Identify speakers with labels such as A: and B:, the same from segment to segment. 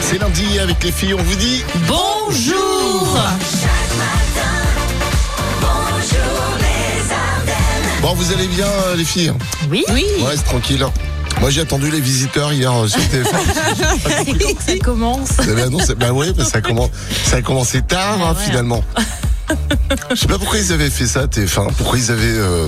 A: C'est lundi avec les filles, on vous dit
B: Bonjour
A: Bon, vous allez bien, euh, les filles
B: Oui
A: Ouais, c'est tranquille. Moi, j'ai attendu les visiteurs hier euh, sur téléphone.
B: Ça commence.
A: Vous avez annoncé. Bah oui, bah, ça, commence, ça a commencé tard, hein,
B: ouais.
A: finalement. Je sais pas pourquoi ils avaient fait ça, TF1. Pourquoi ils avaient euh,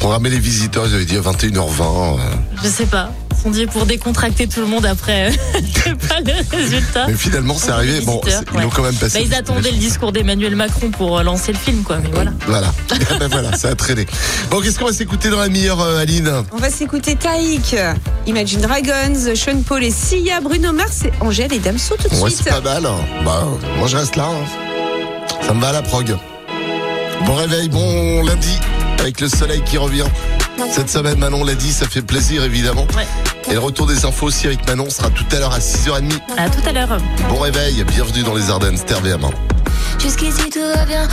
A: programmé les visiteurs. Ils avaient dit à 21h20. euh.
B: Je sais pas. On dit pour décontracter tout le monde après. Je sais pas le résultat.
A: Mais finalement, c'est
B: On dit
A: arrivé. Bon,
B: visiteurs,
A: c'est- ils l'ont
B: ouais.
A: quand même passé.
B: Bah, ils attendaient le discours d'Emmanuel Macron pour euh, lancer le film, quoi. Mais voilà.
A: Voilà. Ah, bah, voilà, ça a traîné. Bon, qu'est-ce qu'on va s'écouter dans la meilleure, euh, Aline
C: On va s'écouter Taïk, Imagine Dragons, Sean Paul et Sia, Bruno Mars et Angèle et Damso tout de
A: Ouais, c'est
C: suite.
A: pas mal. hein. Bah, moi, je reste là. hein. Ça me va à la prog. Bon réveil, bon lundi, avec le soleil qui revient. Cette semaine, Manon l'a dit, ça fait plaisir, évidemment.
B: Ouais.
A: Et le retour des infos aussi avec Manon sera tout à l'heure à 6h30.
B: À tout à l'heure.
A: Bon réveil, bienvenue dans les Ardennes, c'est RVM.
D: Jusqu'ici tout va bien.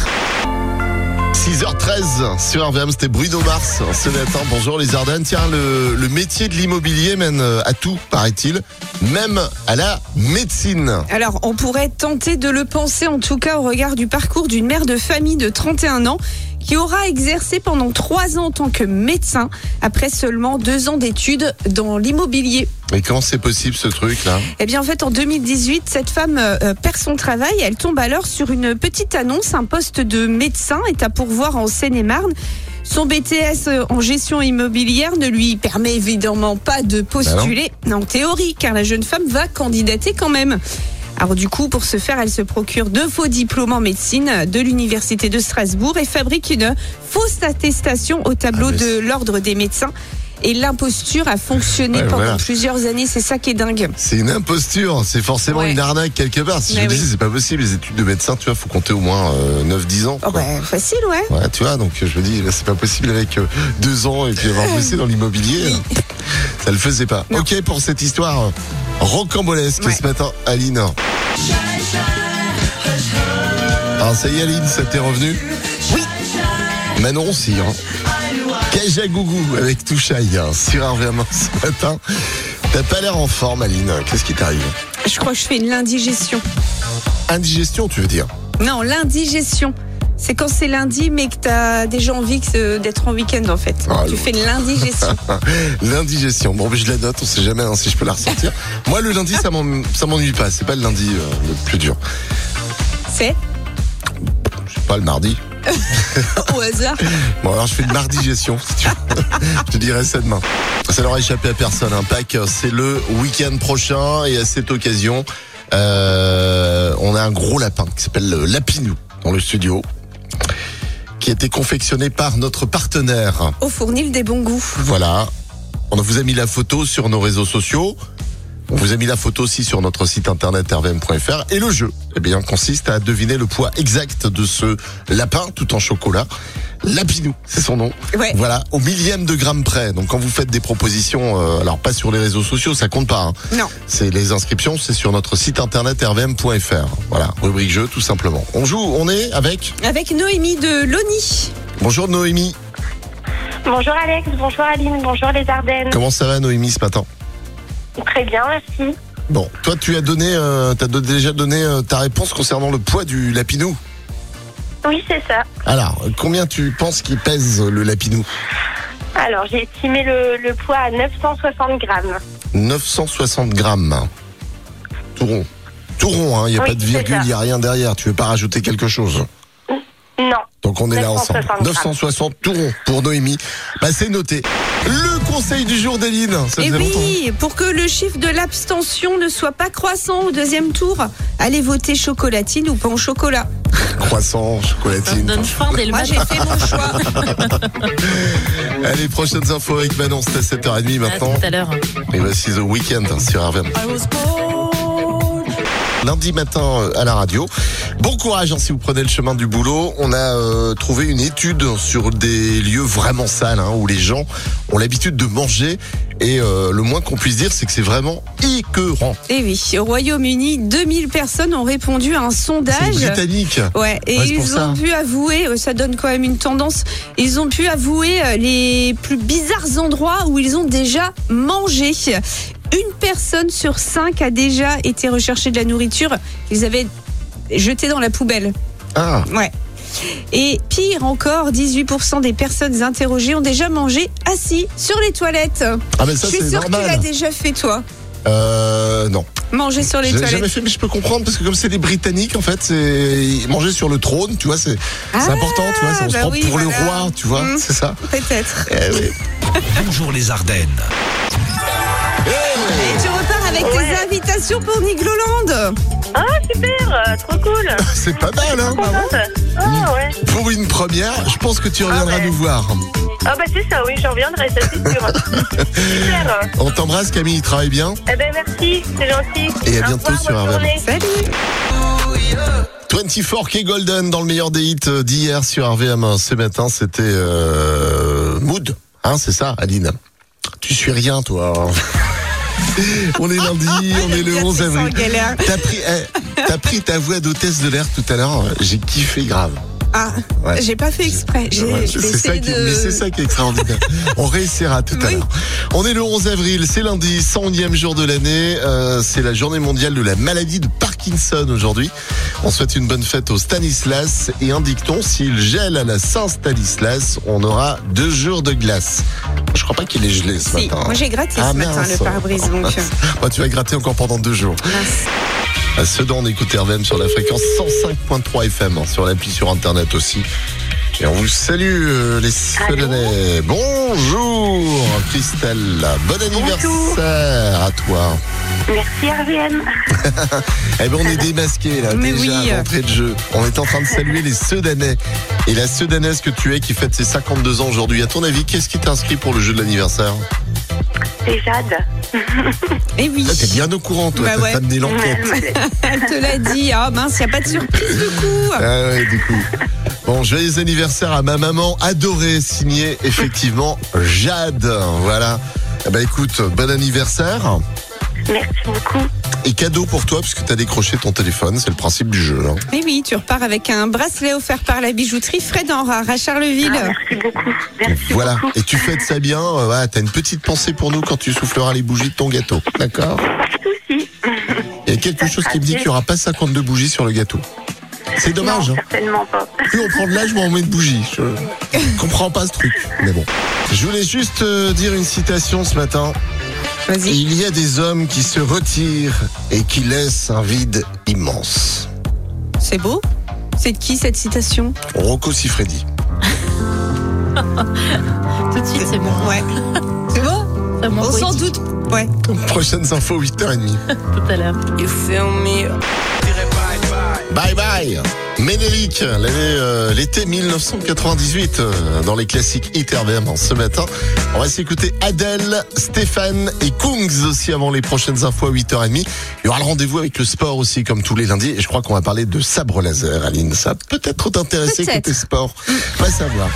A: 6h13 sur RVM, c'était Bruno Mars hein, ce matin. Bonjour les Ardennes. Tiens, le, le métier de l'immobilier mène euh, à tout, paraît-il, même à la médecine.
C: Alors, on pourrait tenter de le penser, en tout cas au regard du parcours d'une mère de famille de 31 ans qui aura exercé pendant 3 ans en tant que médecin après seulement 2 ans d'études dans l'immobilier.
A: Mais comment c'est possible ce truc-là
C: Eh bien, en fait, en 2018, cette femme euh, perd son travail. Elle tombe alors sur une petite annonce. Un poste de médecin est à pourvoir en Seine-et-Marne. Son BTS euh, en gestion immobilière ne lui permet évidemment pas de postuler
A: Bah
C: en théorie, car la jeune femme va candidater quand même. Alors du coup, pour ce faire, elle se procure deux faux diplômes en médecine euh, de l'université de Strasbourg et fabrique une fausse attestation au tableau
A: Ah, mais
C: de l'ordre des médecins. Et l'imposture a fonctionné
A: Ouais,
C: pendant
A: voilà.
C: plusieurs années. C'est ça qui est dingue.
A: C'est une imposture, c'est forcément
C: Ouais.
A: une arnaque quelque part. Si je
C: Mais
A: vous dis,
C: oui.
A: c'est pas possible, les études de médecin, tu vois, faut compter au moins euh, 9-10 ans.
C: Oh
A: quoi.
C: bah, facile, ouais.
A: Ouais, tu vois, donc je me dis, là, c'est pas possible avec euh, deux ans et puis avoir bossé dans l'immobilier. euh, Ça le faisait pas.
C: Non.
A: Ok, pour cette histoire euh, rocambolesque
C: Ouais.
A: ce matin, Aline. Alors ça y est, Aline, ça t'est revenu Oui. Manon aussi, hein. Kajagougou avec Touchaï hein, sur Arverman ce matin. T'as pas l'air en forme, Aline. Qu'est-ce qui t'arrive
C: Je crois que je fais une l'indigestion.
A: Indigestion, tu veux dire
C: Non, l'indigestion. C'est quand c'est lundi, mais que t'as déjà envie que- euh, d'être en week-end, en fait.
A: Ah,
C: tu
A: oui.
C: fais une l'indigestion.
A: Hein. L'indigestion. Bon, mais je la note, on sait jamais hein, si je peux la ressentir. Moi, le lundi, ça m'en- ça m'ennuie pas. C'est pas le lundi euh, le plus dur.
C: c'est
A: Je sais pas le mardi.
C: au hasard.
A: Bon, alors je fais une mardigestion, si tu veux. je te dirai ça demain. Ça n'aura échappé à personne. Hein. Pâques, euh, c'est le week-end prochain et à cette occasion, euh, on a un gros lapin qui s'appelle le Lapinou dans le studio qui a été confectionné par notre partenaire.
C: Au fournil des bons goûts.
A: Voilà. On vous a mis la photo sur nos réseaux sociaux. On vous a mis la photo aussi sur notre site internet rvm.fr. Et le jeu, eh bien, consiste à deviner le poids exact de ce lapin tout en chocolat. Lapinou, c'est son nom.
C: Ouais.
A: Voilà, au millième de gramme près. Donc quand vous faites des propositions, euh, alors pas sur les réseaux sociaux, ça compte pas. hein.
C: Non.
A: C'est les inscriptions, c'est sur notre site internet rvm.fr. Voilà, rubrique jeu tout simplement. On joue, on est avec.
C: Avec Noémie de Loni.
A: Bonjour Noémie.
E: Bonjour Alex, bonjour Aline, bonjour les Ardennes.
A: Comment ça va Noémie ce matin
E: Très bien, merci.
A: Bon, toi, tu as donné, euh, t'as do- déjà donné euh, ta réponse concernant le poids du lapinou.
E: Oui, c'est ça.
A: Alors, euh, combien tu penses qu'il pèse euh, le lapinou
E: Alors, j'ai estimé le, le poids à 960 grammes.
A: 960 grammes. Tout rond. Tout rond, hein. Il n'y a
E: Oui,
A: pas de
E: c'est
A: virgule,
E: ça.
A: il n'y a rien derrière. Tu veux pas rajouter quelque chose
E: Non.
A: Donc on est là ensemble.
E: 960
A: 960 tout rond pour Noémie. Bah c'est noté. Le conseil du jour d'Eline. Ça
C: Et
A: faisait longtemps.
C: Eh
A: hein.
C: oui, pour que le chiffre de l'abstention ne soit pas croissant au deuxième tour, allez voter chocolatine ou pain au chocolat.
A: Croissant,
B: Ça me
A: chocolatine.
B: donne faim dès le
C: Moi,
B: matin.
C: j'ai fait mon choix.
A: Allez, prochaines infos avec Manon, c'est à 7h30
B: À tout
A: maintenant.
B: à l'heure.
A: Et voici The Weekend sur RVM. Lundi matin euh, à la radio. Bon courage hein, si vous prenez le chemin du boulot. On a euh, trouvé une étude sur des lieux vraiment sales hein, où les gens ont l'habitude de manger. Et euh, le moins qu'on puisse dire, c'est que c'est vraiment écœurant.
C: Et Eh oui, au Royaume-Uni, 2000 personnes ont répondu à un
A: C'est
C: sondage.
A: britannique.
C: Ouais, et
A: Ouais, c'est pour
C: ils
A: ça.
C: ont pu avouer, euh, ça donne quand même une tendance, ils ont pu avouer euh, les plus bizarres endroits où ils ont déjà mangé. une personne sur cinq a déjà été recherchée de la nourriture qu'ils avaient jetée dans la poubelle.
A: Ah,
C: Ouais. Et pire encore, 18% des personnes interrogées ont déjà mangé assis sur les toilettes.
A: ah mais ça
C: Je suis
A: c'est
C: sûre que tu l'as
A: normal.
C: déjà fait toi.
A: Euh, non.
C: Manger sur les
A: Je l'ai
C: toilettes.
A: jamais fait, mais je peux comprendre parce que comme c'est des Britanniques, en fait, c'est ils mangeaient sur le trône, tu vois, c'est c'est
C: Ah,
A: important, tu vois, ça, on se
C: bah
A: prend
C: oui,
A: pour le
C: voilà.
A: roi, tu vois,
C: Mm.
A: c'est ça.
C: Peut-être.
A: Eh oui.
F: Bonjour les Ardennes.
C: Et tu repars avec
E: Ouais.
C: tes invitations pour Nigloland.
E: Super, euh, trop cool.
A: c'est pas mal, hein.
C: Bah
E: Contente. Ah ouais.
A: Pour une première, je pense que tu reviendras
E: Ah ouais.
A: nous voir.
E: Ah bah c'est ça, oui, j'en reviendrai, ça c'est sûr. Super.
A: On t'embrasse, Camille, travaille bien.
E: Eh ben merci, c'est gentil.
A: Et à
E: Au
A: bientôt
E: revoir,
A: sur
E: bonne
A: Arval.
E: journée.
C: Salut.
A: 24 K Golden dans le meilleur des hits euh, d'hier sur RVM. Ce matin, c'était euh, Mood. Hein, c'est ça, Aline Tu suis rien, toi. on est lundi, on est le
C: Bien
A: 11
C: fait, sans
A: avril.
C: galère.
A: T'as pris, eh, t'as pris ta voix d'hôtesse de l'air tout à l'heure. J'ai kiffé grave.
C: Ah,
A: Ouais.
C: j'ai pas fait exprès. J'ai
A: Ouais,
C: je vais
A: c'est ça
C: essayer
A: qui,
C: de.
A: Mais c'est ça qui est extraordinaire. on réessayera tout à
C: Oui.
A: l'heure. On est le 11 avril, c'est lundi, 111e jour de l'année. Euh, c'est la journée mondiale de la maladie de Parkinson aujourd'hui. On souhaite une bonne fête au Stanislas et un dicton s'il gèle à la Saint-Stanislas, on aura deux jours de glace. Je crois pas qu'il est gelé ce
C: Si,
A: matin.
C: moi j'ai gratté
A: Ah,
C: ce matin
A: mince.
C: le pare-brise donc.
A: Bah, tu vas gratter encore pendant deux jours.
C: Mince.
A: À Sedan, on écoute RVM sur la fréquence 105.3 FM, hein, sur l'appli sur internet aussi. Et on vous salue euh, les Solennais. Bonjour Christelle, bon anniversaire à toi.
E: Merci RVM.
A: Eh ben on est démasqués là,
C: Mais
A: déjà
C: oui.
A: à l'entrée de jeu. On est en train de saluer les Sedanais. Et la Sedanaise que tu es qui fête ses 52 ans aujourd'hui, à ton avis, qu'est-ce qui t'a inscrit pour le jeu de l'anniversaire
E: C'est Jade.
C: Et oui.
A: Là, T'es bien au courant toi,
C: Bah
A: t'as
C: ouais.
A: t'as mené l'enquête.
C: Elle te l'a dit. Ah mince, y a pas de surprise du coup.
A: Ah ouais, du coup. Bon, joyeux anniversaire à ma maman adorée, signée effectivement Jade. Voilà. Eh ben écoute, bon anniversaire.
E: Merci beaucoup.
A: Et cadeau pour toi, puisque t'as décroché ton téléphone, c'est le principe du jeu. hein.
C: Et oui, tu repars avec un bracelet offert par la bijouterie Fred Enrard à Charleville.
E: Merci beaucoup. Merci
A: Voilà.
E: beaucoup.
A: Et tu fêtes ça bien. euh, Voilà, t'as une petite pensée pour nous quand tu souffleras les bougies de ton gâteau. D'accord
E: Souci.
A: Il y a quelque chose qui me dit qu'il n'y aura pas 52 bougies sur le gâteau. C'est dommage.
E: Non,
A: hein.
E: certainement pas.
A: plus on prend de l'âge, moins on met de bougies. Je comprends pas ce truc. Mais bon. Je voulais juste euh, dire une citation ce matin.
C: Vas-y.
A: Il y a des hommes qui se retirent et qui laissent un vide immense.
C: C'est beau. C'est de qui cette citation
A: Rocco Siffredi.
B: Tout de suite, c'est bon.
C: Ouais. C'est beau
B: Ça m'en
C: On s'en
B: poétique,
C: doute. Ouais.
A: Prochaines infos 8h30.
B: tout à l'heure.
A: Bye bye Ménélic, l'année, euh, l'été 1998, euh, dans les classiques ITRVM en ce matin. On va s'écouter Adèle, Stéphane et Kungs aussi avant les prochaines infos à 8h30. Il y aura le rendez-vous avec le sport aussi, comme tous les lundis. Et je crois qu'on va parler de sabre laser, Aline. Ça va peut-être t'intéresser
C: Peut-être.
A: côté sport. Pas savoir.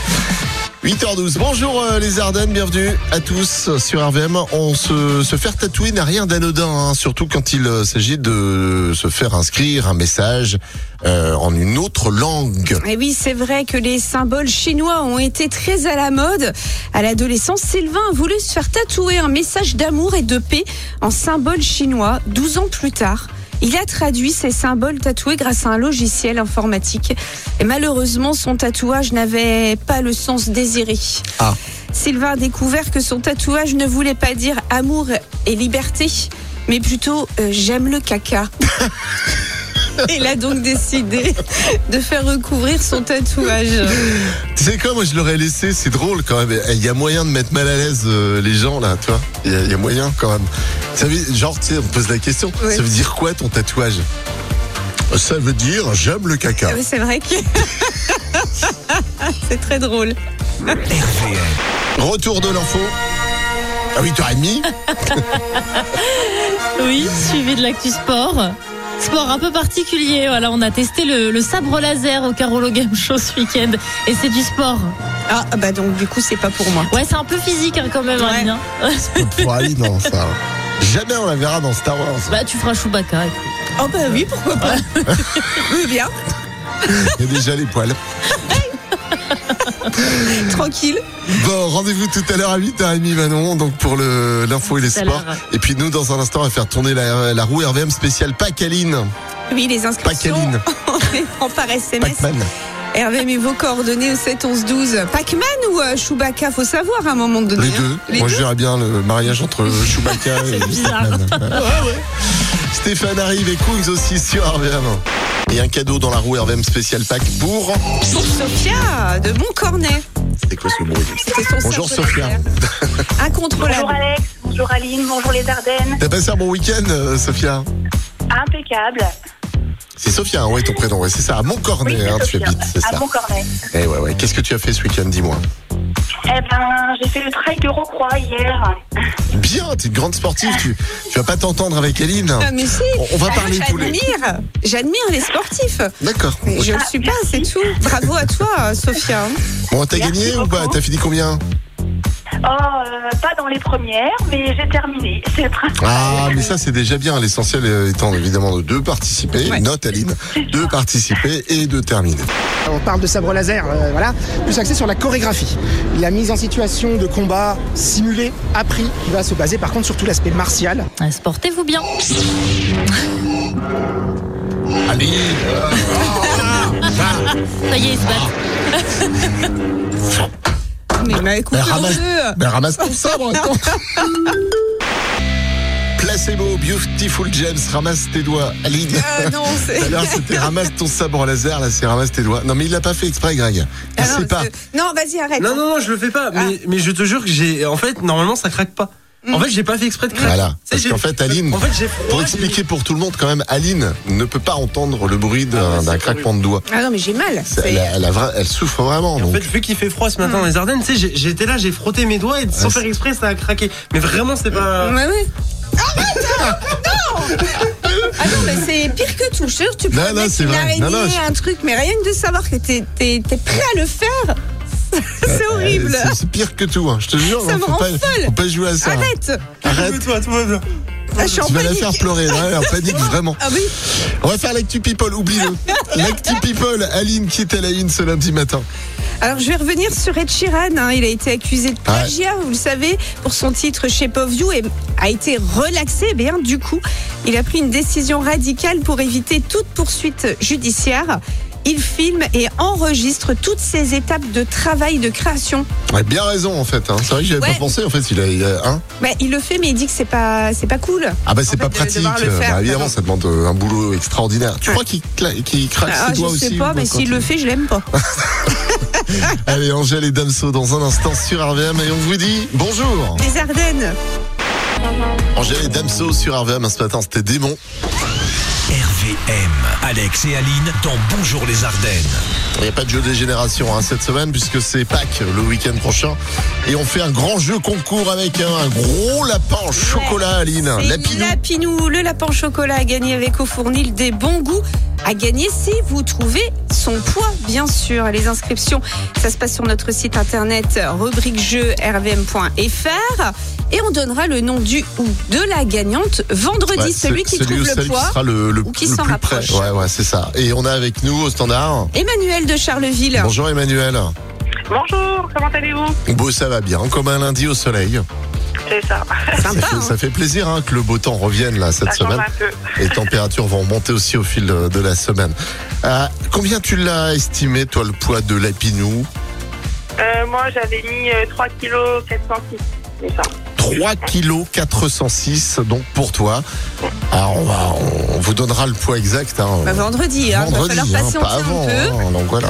A: 8h12. Bonjour euh, les Ardennes, bienvenue à tous euh, sur RVM. On se, se faire tatouer n'a rien d'anodin, hein, surtout quand il euh, s'agit de se faire inscrire un message euh, en une autre langue.
C: Et Eh oui, c'est vrai que les symboles chinois ont été très à la mode. À l'adolescence, Sylvain a voulu se faire tatouer un message d'amour et de paix en symbole chinois 12 ans plus tard. Il a traduit ces symboles tatoués grâce à un logiciel informatique. Et malheureusement, son tatouage n'avait pas le sens désiré.
A: Ah.
C: Sylvain a découvert que son tatouage ne voulait pas dire amour et liberté, mais plutôt euh, j'aime le caca. Il a donc décidé de faire recouvrir son tatouage.
A: Tu sais quoi, moi je l'aurais laissé, c'est drôle quand même. Eh, Il y a moyen de mettre mal à l'aise euh, les gens là, tu vois. Il y, a- il y a moyen quand même. Ça veut, genre, tu sais, on pose la question,
C: Ouais.
A: ça veut dire quoi ton tatouage Ça veut dire j'aime le caca.
C: Ouais, Ah C'est vrai que c'est très drôle.
A: Retour de l'info. À 8h30.
B: Oui, suivi de l'actu sport. Sport un peu particulier, voilà, on a testé le, le sabre laser au Carolo Game Show ce week-end et c'est du sport.
C: Ah bah donc du coup c'est pas pour moi.
B: Ouais, c'est un peu physique hein, quand même,
C: Ouais.
B: Aline, hein.
A: Pour Ali, non, ça. Jamais on la verra dans Star Wars.
B: Bah, tu feras Chewbacca. écoute.
C: Oh bah oui pourquoi pas. oui bien.
A: Il y a déjà les poils.
C: Tranquille.
A: Bon, rendez-vous tout à l'heure à 8h30, Manon, donc pour le- l'info et les
B: Tout à
A: sports.
B: l'heure.
A: Et puis nous, dans un instant, on va faire tourner la, la roue RVM spéciale Pacaline.
C: Oui, les inscriptions.
A: Pacaline.
C: en par SMS.
A: Pac-Man.
C: Hervé, mais vos coordonnées au 7 11 12. Pac-Man ou euh, Chewbacca, faut savoir à un moment donné.
A: Les
C: hein.
A: deux.
C: Les
A: Moi,
C: deux.
A: je verrais bien le mariage entre Chewbacca et
B: bizarre.
A: Pac-Man. Ah Ouais, ouais. Stéphane arrive et Cooks aussi sur RVM. Et un cadeau dans la roue RVM spéciale Pac Bourg.
C: Pour Sophia de Montcornet.
A: C'était quoi ce bruit
C: C'est son
A: Bonjour,
C: cercle
A: Sophia.
C: d'affaires.
E: Bonjour
C: Incontrôlable.
E: Alex, bonjour Aline, bonjour les Ardennes.
A: T'as passé un bon week-end, euh, Sophia
E: Impeccable.
A: C'est Sophia, hein, ouais, ton prénom, ouais, c'est ça, à Montcornet,
E: Oui,
A: hein,
E: c'est
A: tu
E: Sophia,
A: habites, c'est
E: à
A: ça.
E: Montcornet.
A: Eh ouais, ouais. Qu'est-ce que tu as fait ce week-end, dis-moi
E: Eh ben, j'ai fait le trail de Rocroi hier.
A: Bien, t'es une grande sportive, tu, tu vas pas t'entendre avec Eline.
C: Ah, mais si.
A: On, on va
C: Ah,
A: parler poulet.
C: J'admire. J'admire les sportifs.
A: D'accord.
C: Mais Je ne suis pas, c'est tout. Bravo à toi, euh, Sophia.
A: Bon, t'as
E: Merci
A: gagné ou pas
E: beaucoup.
A: T'as fini combien
E: Oh, euh, pas dans les premières, mais j'ai terminé. C'est le principal.
C: Euh,
A: Ah, mais ça c'est déjà bien. L'essentiel euh, étant évidemment de deux participer.
C: Ouais.
A: Note Aline, de participer et de terminer.
G: On parle de sabre laser, euh, voilà, plus axé sur la chorégraphie. La mise en situation de combat simulé, appris, qui va se baser par contre sur tout l'aspect martial.
B: Ah, se Portez-vous bien.
A: Aline,
B: Ça y est, ils se battent.
C: Mais, mais écoute,
A: ben,
C: on
A: ramasse,
C: veut.
A: ben, ramasse ton sabre, attends. Placebo, Beautiful James, ramasse tes doigts, Aline.
C: Euh, non, c'est.
A: Tout à l'heure, c'était ramasse ton sabre laser, là, c'est ramasse tes doigts. Non, mais il l'a pas fait exprès, Greg. Il
C: Ah,
A: sait
C: non,
A: pas.
C: c'est- non, vas-y, arrête.
H: Non, non, non, je le fais pas. Mais, mais je te jure que j'ai. En fait, normalement, ça craque pas. En fait, j'ai pas fait exprès de craquer.
A: Voilà.
H: Tu sais,
A: Parce
H: j'ai-
A: qu'en fait, Aline,
H: En fait, j'ai.
A: pour
H: Ouais,
A: expliquer pour tout le monde, quand même, Aline ne peut pas entendre le bruit d'un d'un craquement de doigts.
C: Ah non, mais j'ai mal.
A: C'est- Elle, a- elle a vra- elle souffre vraiment.
H: mais- En
A: Donc.
H: fait, vu qu'il fait froid ce matin dans les Ardennes, tu sais, j'ai- j'étais là, j'ai frotté mes doigts et sans
A: Ouais,
H: faire exprès, ça a craqué. Mais vraiment, c'est pas.
C: Ouais, ouais. Arrête hein Non Ah non, mais c'est pire que tout. Je te jure, tu peux
A: Non, non,
C: mettre
A: c'est
C: une
A: vrai.
C: araignée,
A: Non, non, je-
C: un truc, mais rien que de savoir que t'es es, prêt à le faire,
A: Euh,
C: c'est horrible.
A: C'est- C'est pire que tout, hein. je te jure.
C: Ça
A: hein,
C: me
A: faut,
C: rend
A: pas,
C: folle.
A: faut pas jouer à ça.
C: Arrête
A: Arrête.
H: Toi, toi, toi.
C: Ah, Je suis en
A: Tu vas la
C: panique.
A: faire pleurer, là, elle est en panique vraiment.
C: Ah oui
A: On va faire l'actu people, oublie-le. L'actu people, Aline qui est à la une ce lundi matin.
C: Alors je vais revenir sur Ed Sheeran. hein. Il a été accusé de plagiat, vous le savez, pour son titre Shape of You et a été relaxé. Eh Bien du coup, il a pris une décision radicale pour éviter toute poursuite judiciaire. Il filme et enregistre toutes ses étapes de travail de création.
A: Ouais, bien raison en fait. hein. C'est vrai que j'y avais
C: Ouais.
A: pas pensé en fait. Il a, il a- hein
C: Bah, il le fait, mais il dit que c'est pas, c'est pas cool.
A: ah bah c'est
C: En
A: pas
C: fait, de-
A: pratique.
C: devoir le
A: Euh,
C: faire,
A: bah, évidemment,
C: pardon.
A: ça demande euh, un boulot extraordinaire. Tu
C: Ouais.
A: crois qu'il cla- qu'il craque
C: Ah,
A: ses
C: je
A: doigts aussi
C: sais
A: ou
C: pas, mais
A: quand
C: s'il
A: il-
C: le fait, je l'aime pas.
A: Allez, Angèle et Damso dans un instant sur RVM et on vous dit bonjour.
C: Les Ardennes.
A: Angèle et Damso sur RVM ce matin, c'était démon.
F: RVM, Alex et Aline dans Bonjour les Ardennes.
A: Il n'y a pas de jeu des générations hein, cette semaine puisque c'est Pâques le week-end prochain. Et on fait un grand jeu concours avec un, un gros lapin en chocolat, Aline.
C: Et
A: Lapinou.
C: Lapinou, le lapin au chocolat a gagné avec au fournil des bons goûts. À gagner si vous trouvez son poids, bien sûr. Les inscriptions, ça se passe sur notre site internet rubrique jeu rvm.fr. Et on donnera le nom du ou de la gagnante vendredi.
A: Ouais,
C: celui
A: ce-
C: qui
A: celui
C: trouve
A: ou
C: le
A: celle qui
C: poids,
A: sera le, le-
C: ou qui
A: le
C: s'en
A: plus près.
C: rapproche.
A: Ouais, ouais, c'est ça. Et on a avec nous au standard
C: Emmanuel de Charleville.
A: Bonjour Emmanuel.
E: Bonjour, comment allez-vous
A: Beau, ça va bien, comme un lundi au soleil.
E: C'est ça,
A: Ça
C: Sympa.
A: fait,
C: hein.
A: ça fait plaisir hein, que le beau temps revienne là cette
E: ça change
A: semaine.
E: un peu.
A: Les températures vont monter aussi au fil de, de la semaine. Euh, combien tu l'as estimé toi le poids de Lapinou
E: Euh, moi, j'avais mis euh, 3 kg 406. C'est ça.
A: 3 kg 406 donc pour toi. Alors on, va- on vous donnera le poids exact. hein.
C: Bah, vendredi, hein.
A: Vendredi,
C: va
A: hein,
C: falloir patienter
A: pas avant.
C: un peu.
A: hein. donc voilà,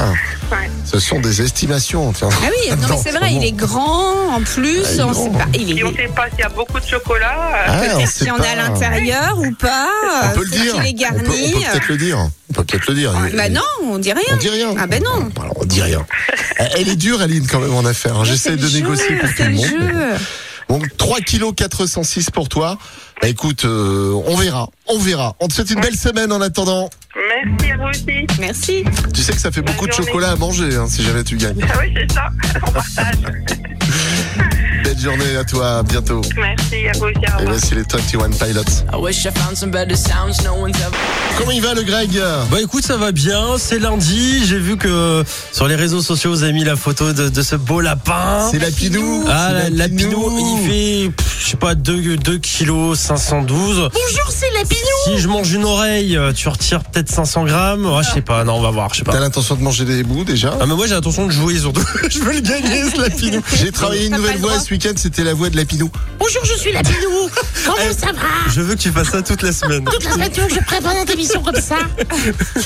E: Ouais.
A: ce sont des estimations. tiens.
C: Ah oui, non,
A: Non,
C: mais c'est vrai,
A: vraiment.
C: il est grand en
A: Ah,
C: plus.
A: il est
C: on
A: grand.
C: sait pas, il
E: Et
C: est,
E: on sait pas s'il y a beaucoup de chocolat. euh,
A: Ah, on
C: Peut-être
A: sait
C: s'il y en a
A: pas.
C: à l'intérieur ou pas. euh,
A: On peut le
C: c'est
A: dire.
C: qu'il est
A: On peut,
C: garni.
A: on peut peut-être le dire. On peut peut-être le dire. Il-
C: Bah
A: il-
C: non, on dit rien.
A: On dit rien.
C: Ah ben non.
A: Alors, on dit rien. Euh, Elle est dure, Aline, quand même, en affaire. J'essaie
C: C'est
A: de
C: le
A: négocier
C: jeu,
A: pour tout
C: c'est
A: le
C: le
A: monde.
C: jeu.
A: Donc, 3 kg 406 pour toi. Bah, écoute, euh, on verra. On verra. On te souhaite une belle semaine en attendant.
E: Merci à vous aussi.
C: Merci.
A: Tu sais que ça fait
E: Bonne
A: beaucoup de
E: journée.
A: chocolat à manger, hein, si jamais tu gagnes.
E: Ah oui, c'est ça. On partage.
A: Belle Belle journée à toi, à bientôt.
E: Merci, à vous aussi, au
A: Et
E: revoir.
A: voici les 21 Pilots.
I: I wish I found some better sounds no one's ever
A: Comment il va le Greg
H: Bah écoute, ça va bien, c'est lundi, j'ai vu que sur les réseaux sociaux, vous avez mis la photo de, de ce beau lapin.
A: C'est Lapinou
H: Ah, la,
A: C'est
H: Lapinou, il fait, pff, je sais pas, 2, 2 kilos 512.
B: Bonjour, c'est Lapinou.
H: Si je mange une oreille, euh, tu retires peut-être 500 grammes. Ouais, je sais pas, non, on va voir, je sais
A: T'as
H: pas.
A: l'intention de manger des bouts déjà
H: Ah, mais moi j'ai l'intention de jouer surtout. je veux le gagner, ce Lapinou.
A: J'ai travaillé une
B: T'as pas
A: nouvelle
B: le
A: voix
B: droit.
A: ce week-end, c'était la voix de Lapinou.
B: Bonjour, je suis Lapinou. Comment ça va
H: Je veux que tu fasses ça toute la semaine.
B: Toute la semaine, tu veux que je prépare une émission comme ça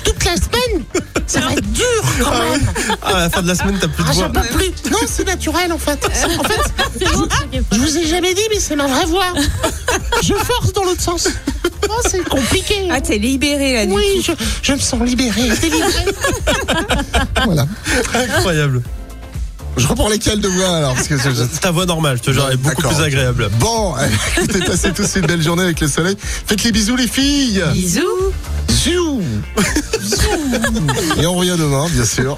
B: Toute la semaine Ça va être dur quand même.
H: Ah, à la fin de la semaine, t'as plus de
B: Ah,
H: voix.
B: j'en peux plus. Non, c'est naturel en fait. En fait, je, je vous ai jamais dit, mais c'est ma vraie voix. Je force dans l'autre sens. Oh, c'est compliqué.
C: Ah, t'es libéré là. du coup.
B: Oui, je, je me sens libérée, délivrée.
A: Voilà.
H: Incroyable.
A: Je reprends lesquelles de voix alors parce que je- je-
H: Ta voix normale, je te jure, elle est beaucoup
A: D'accord.
H: plus agréable.
A: Bon, écoutez, passez tous une belle journée avec le soleil. Faites les bisous les filles
C: Bisous.
A: Zou Et on revient demain, bien sûr.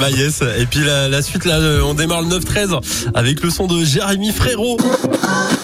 H: Bah yes. Et puis la, la suite là, euh, on démarre le 9-13 avec le son de Jérémy Frérot.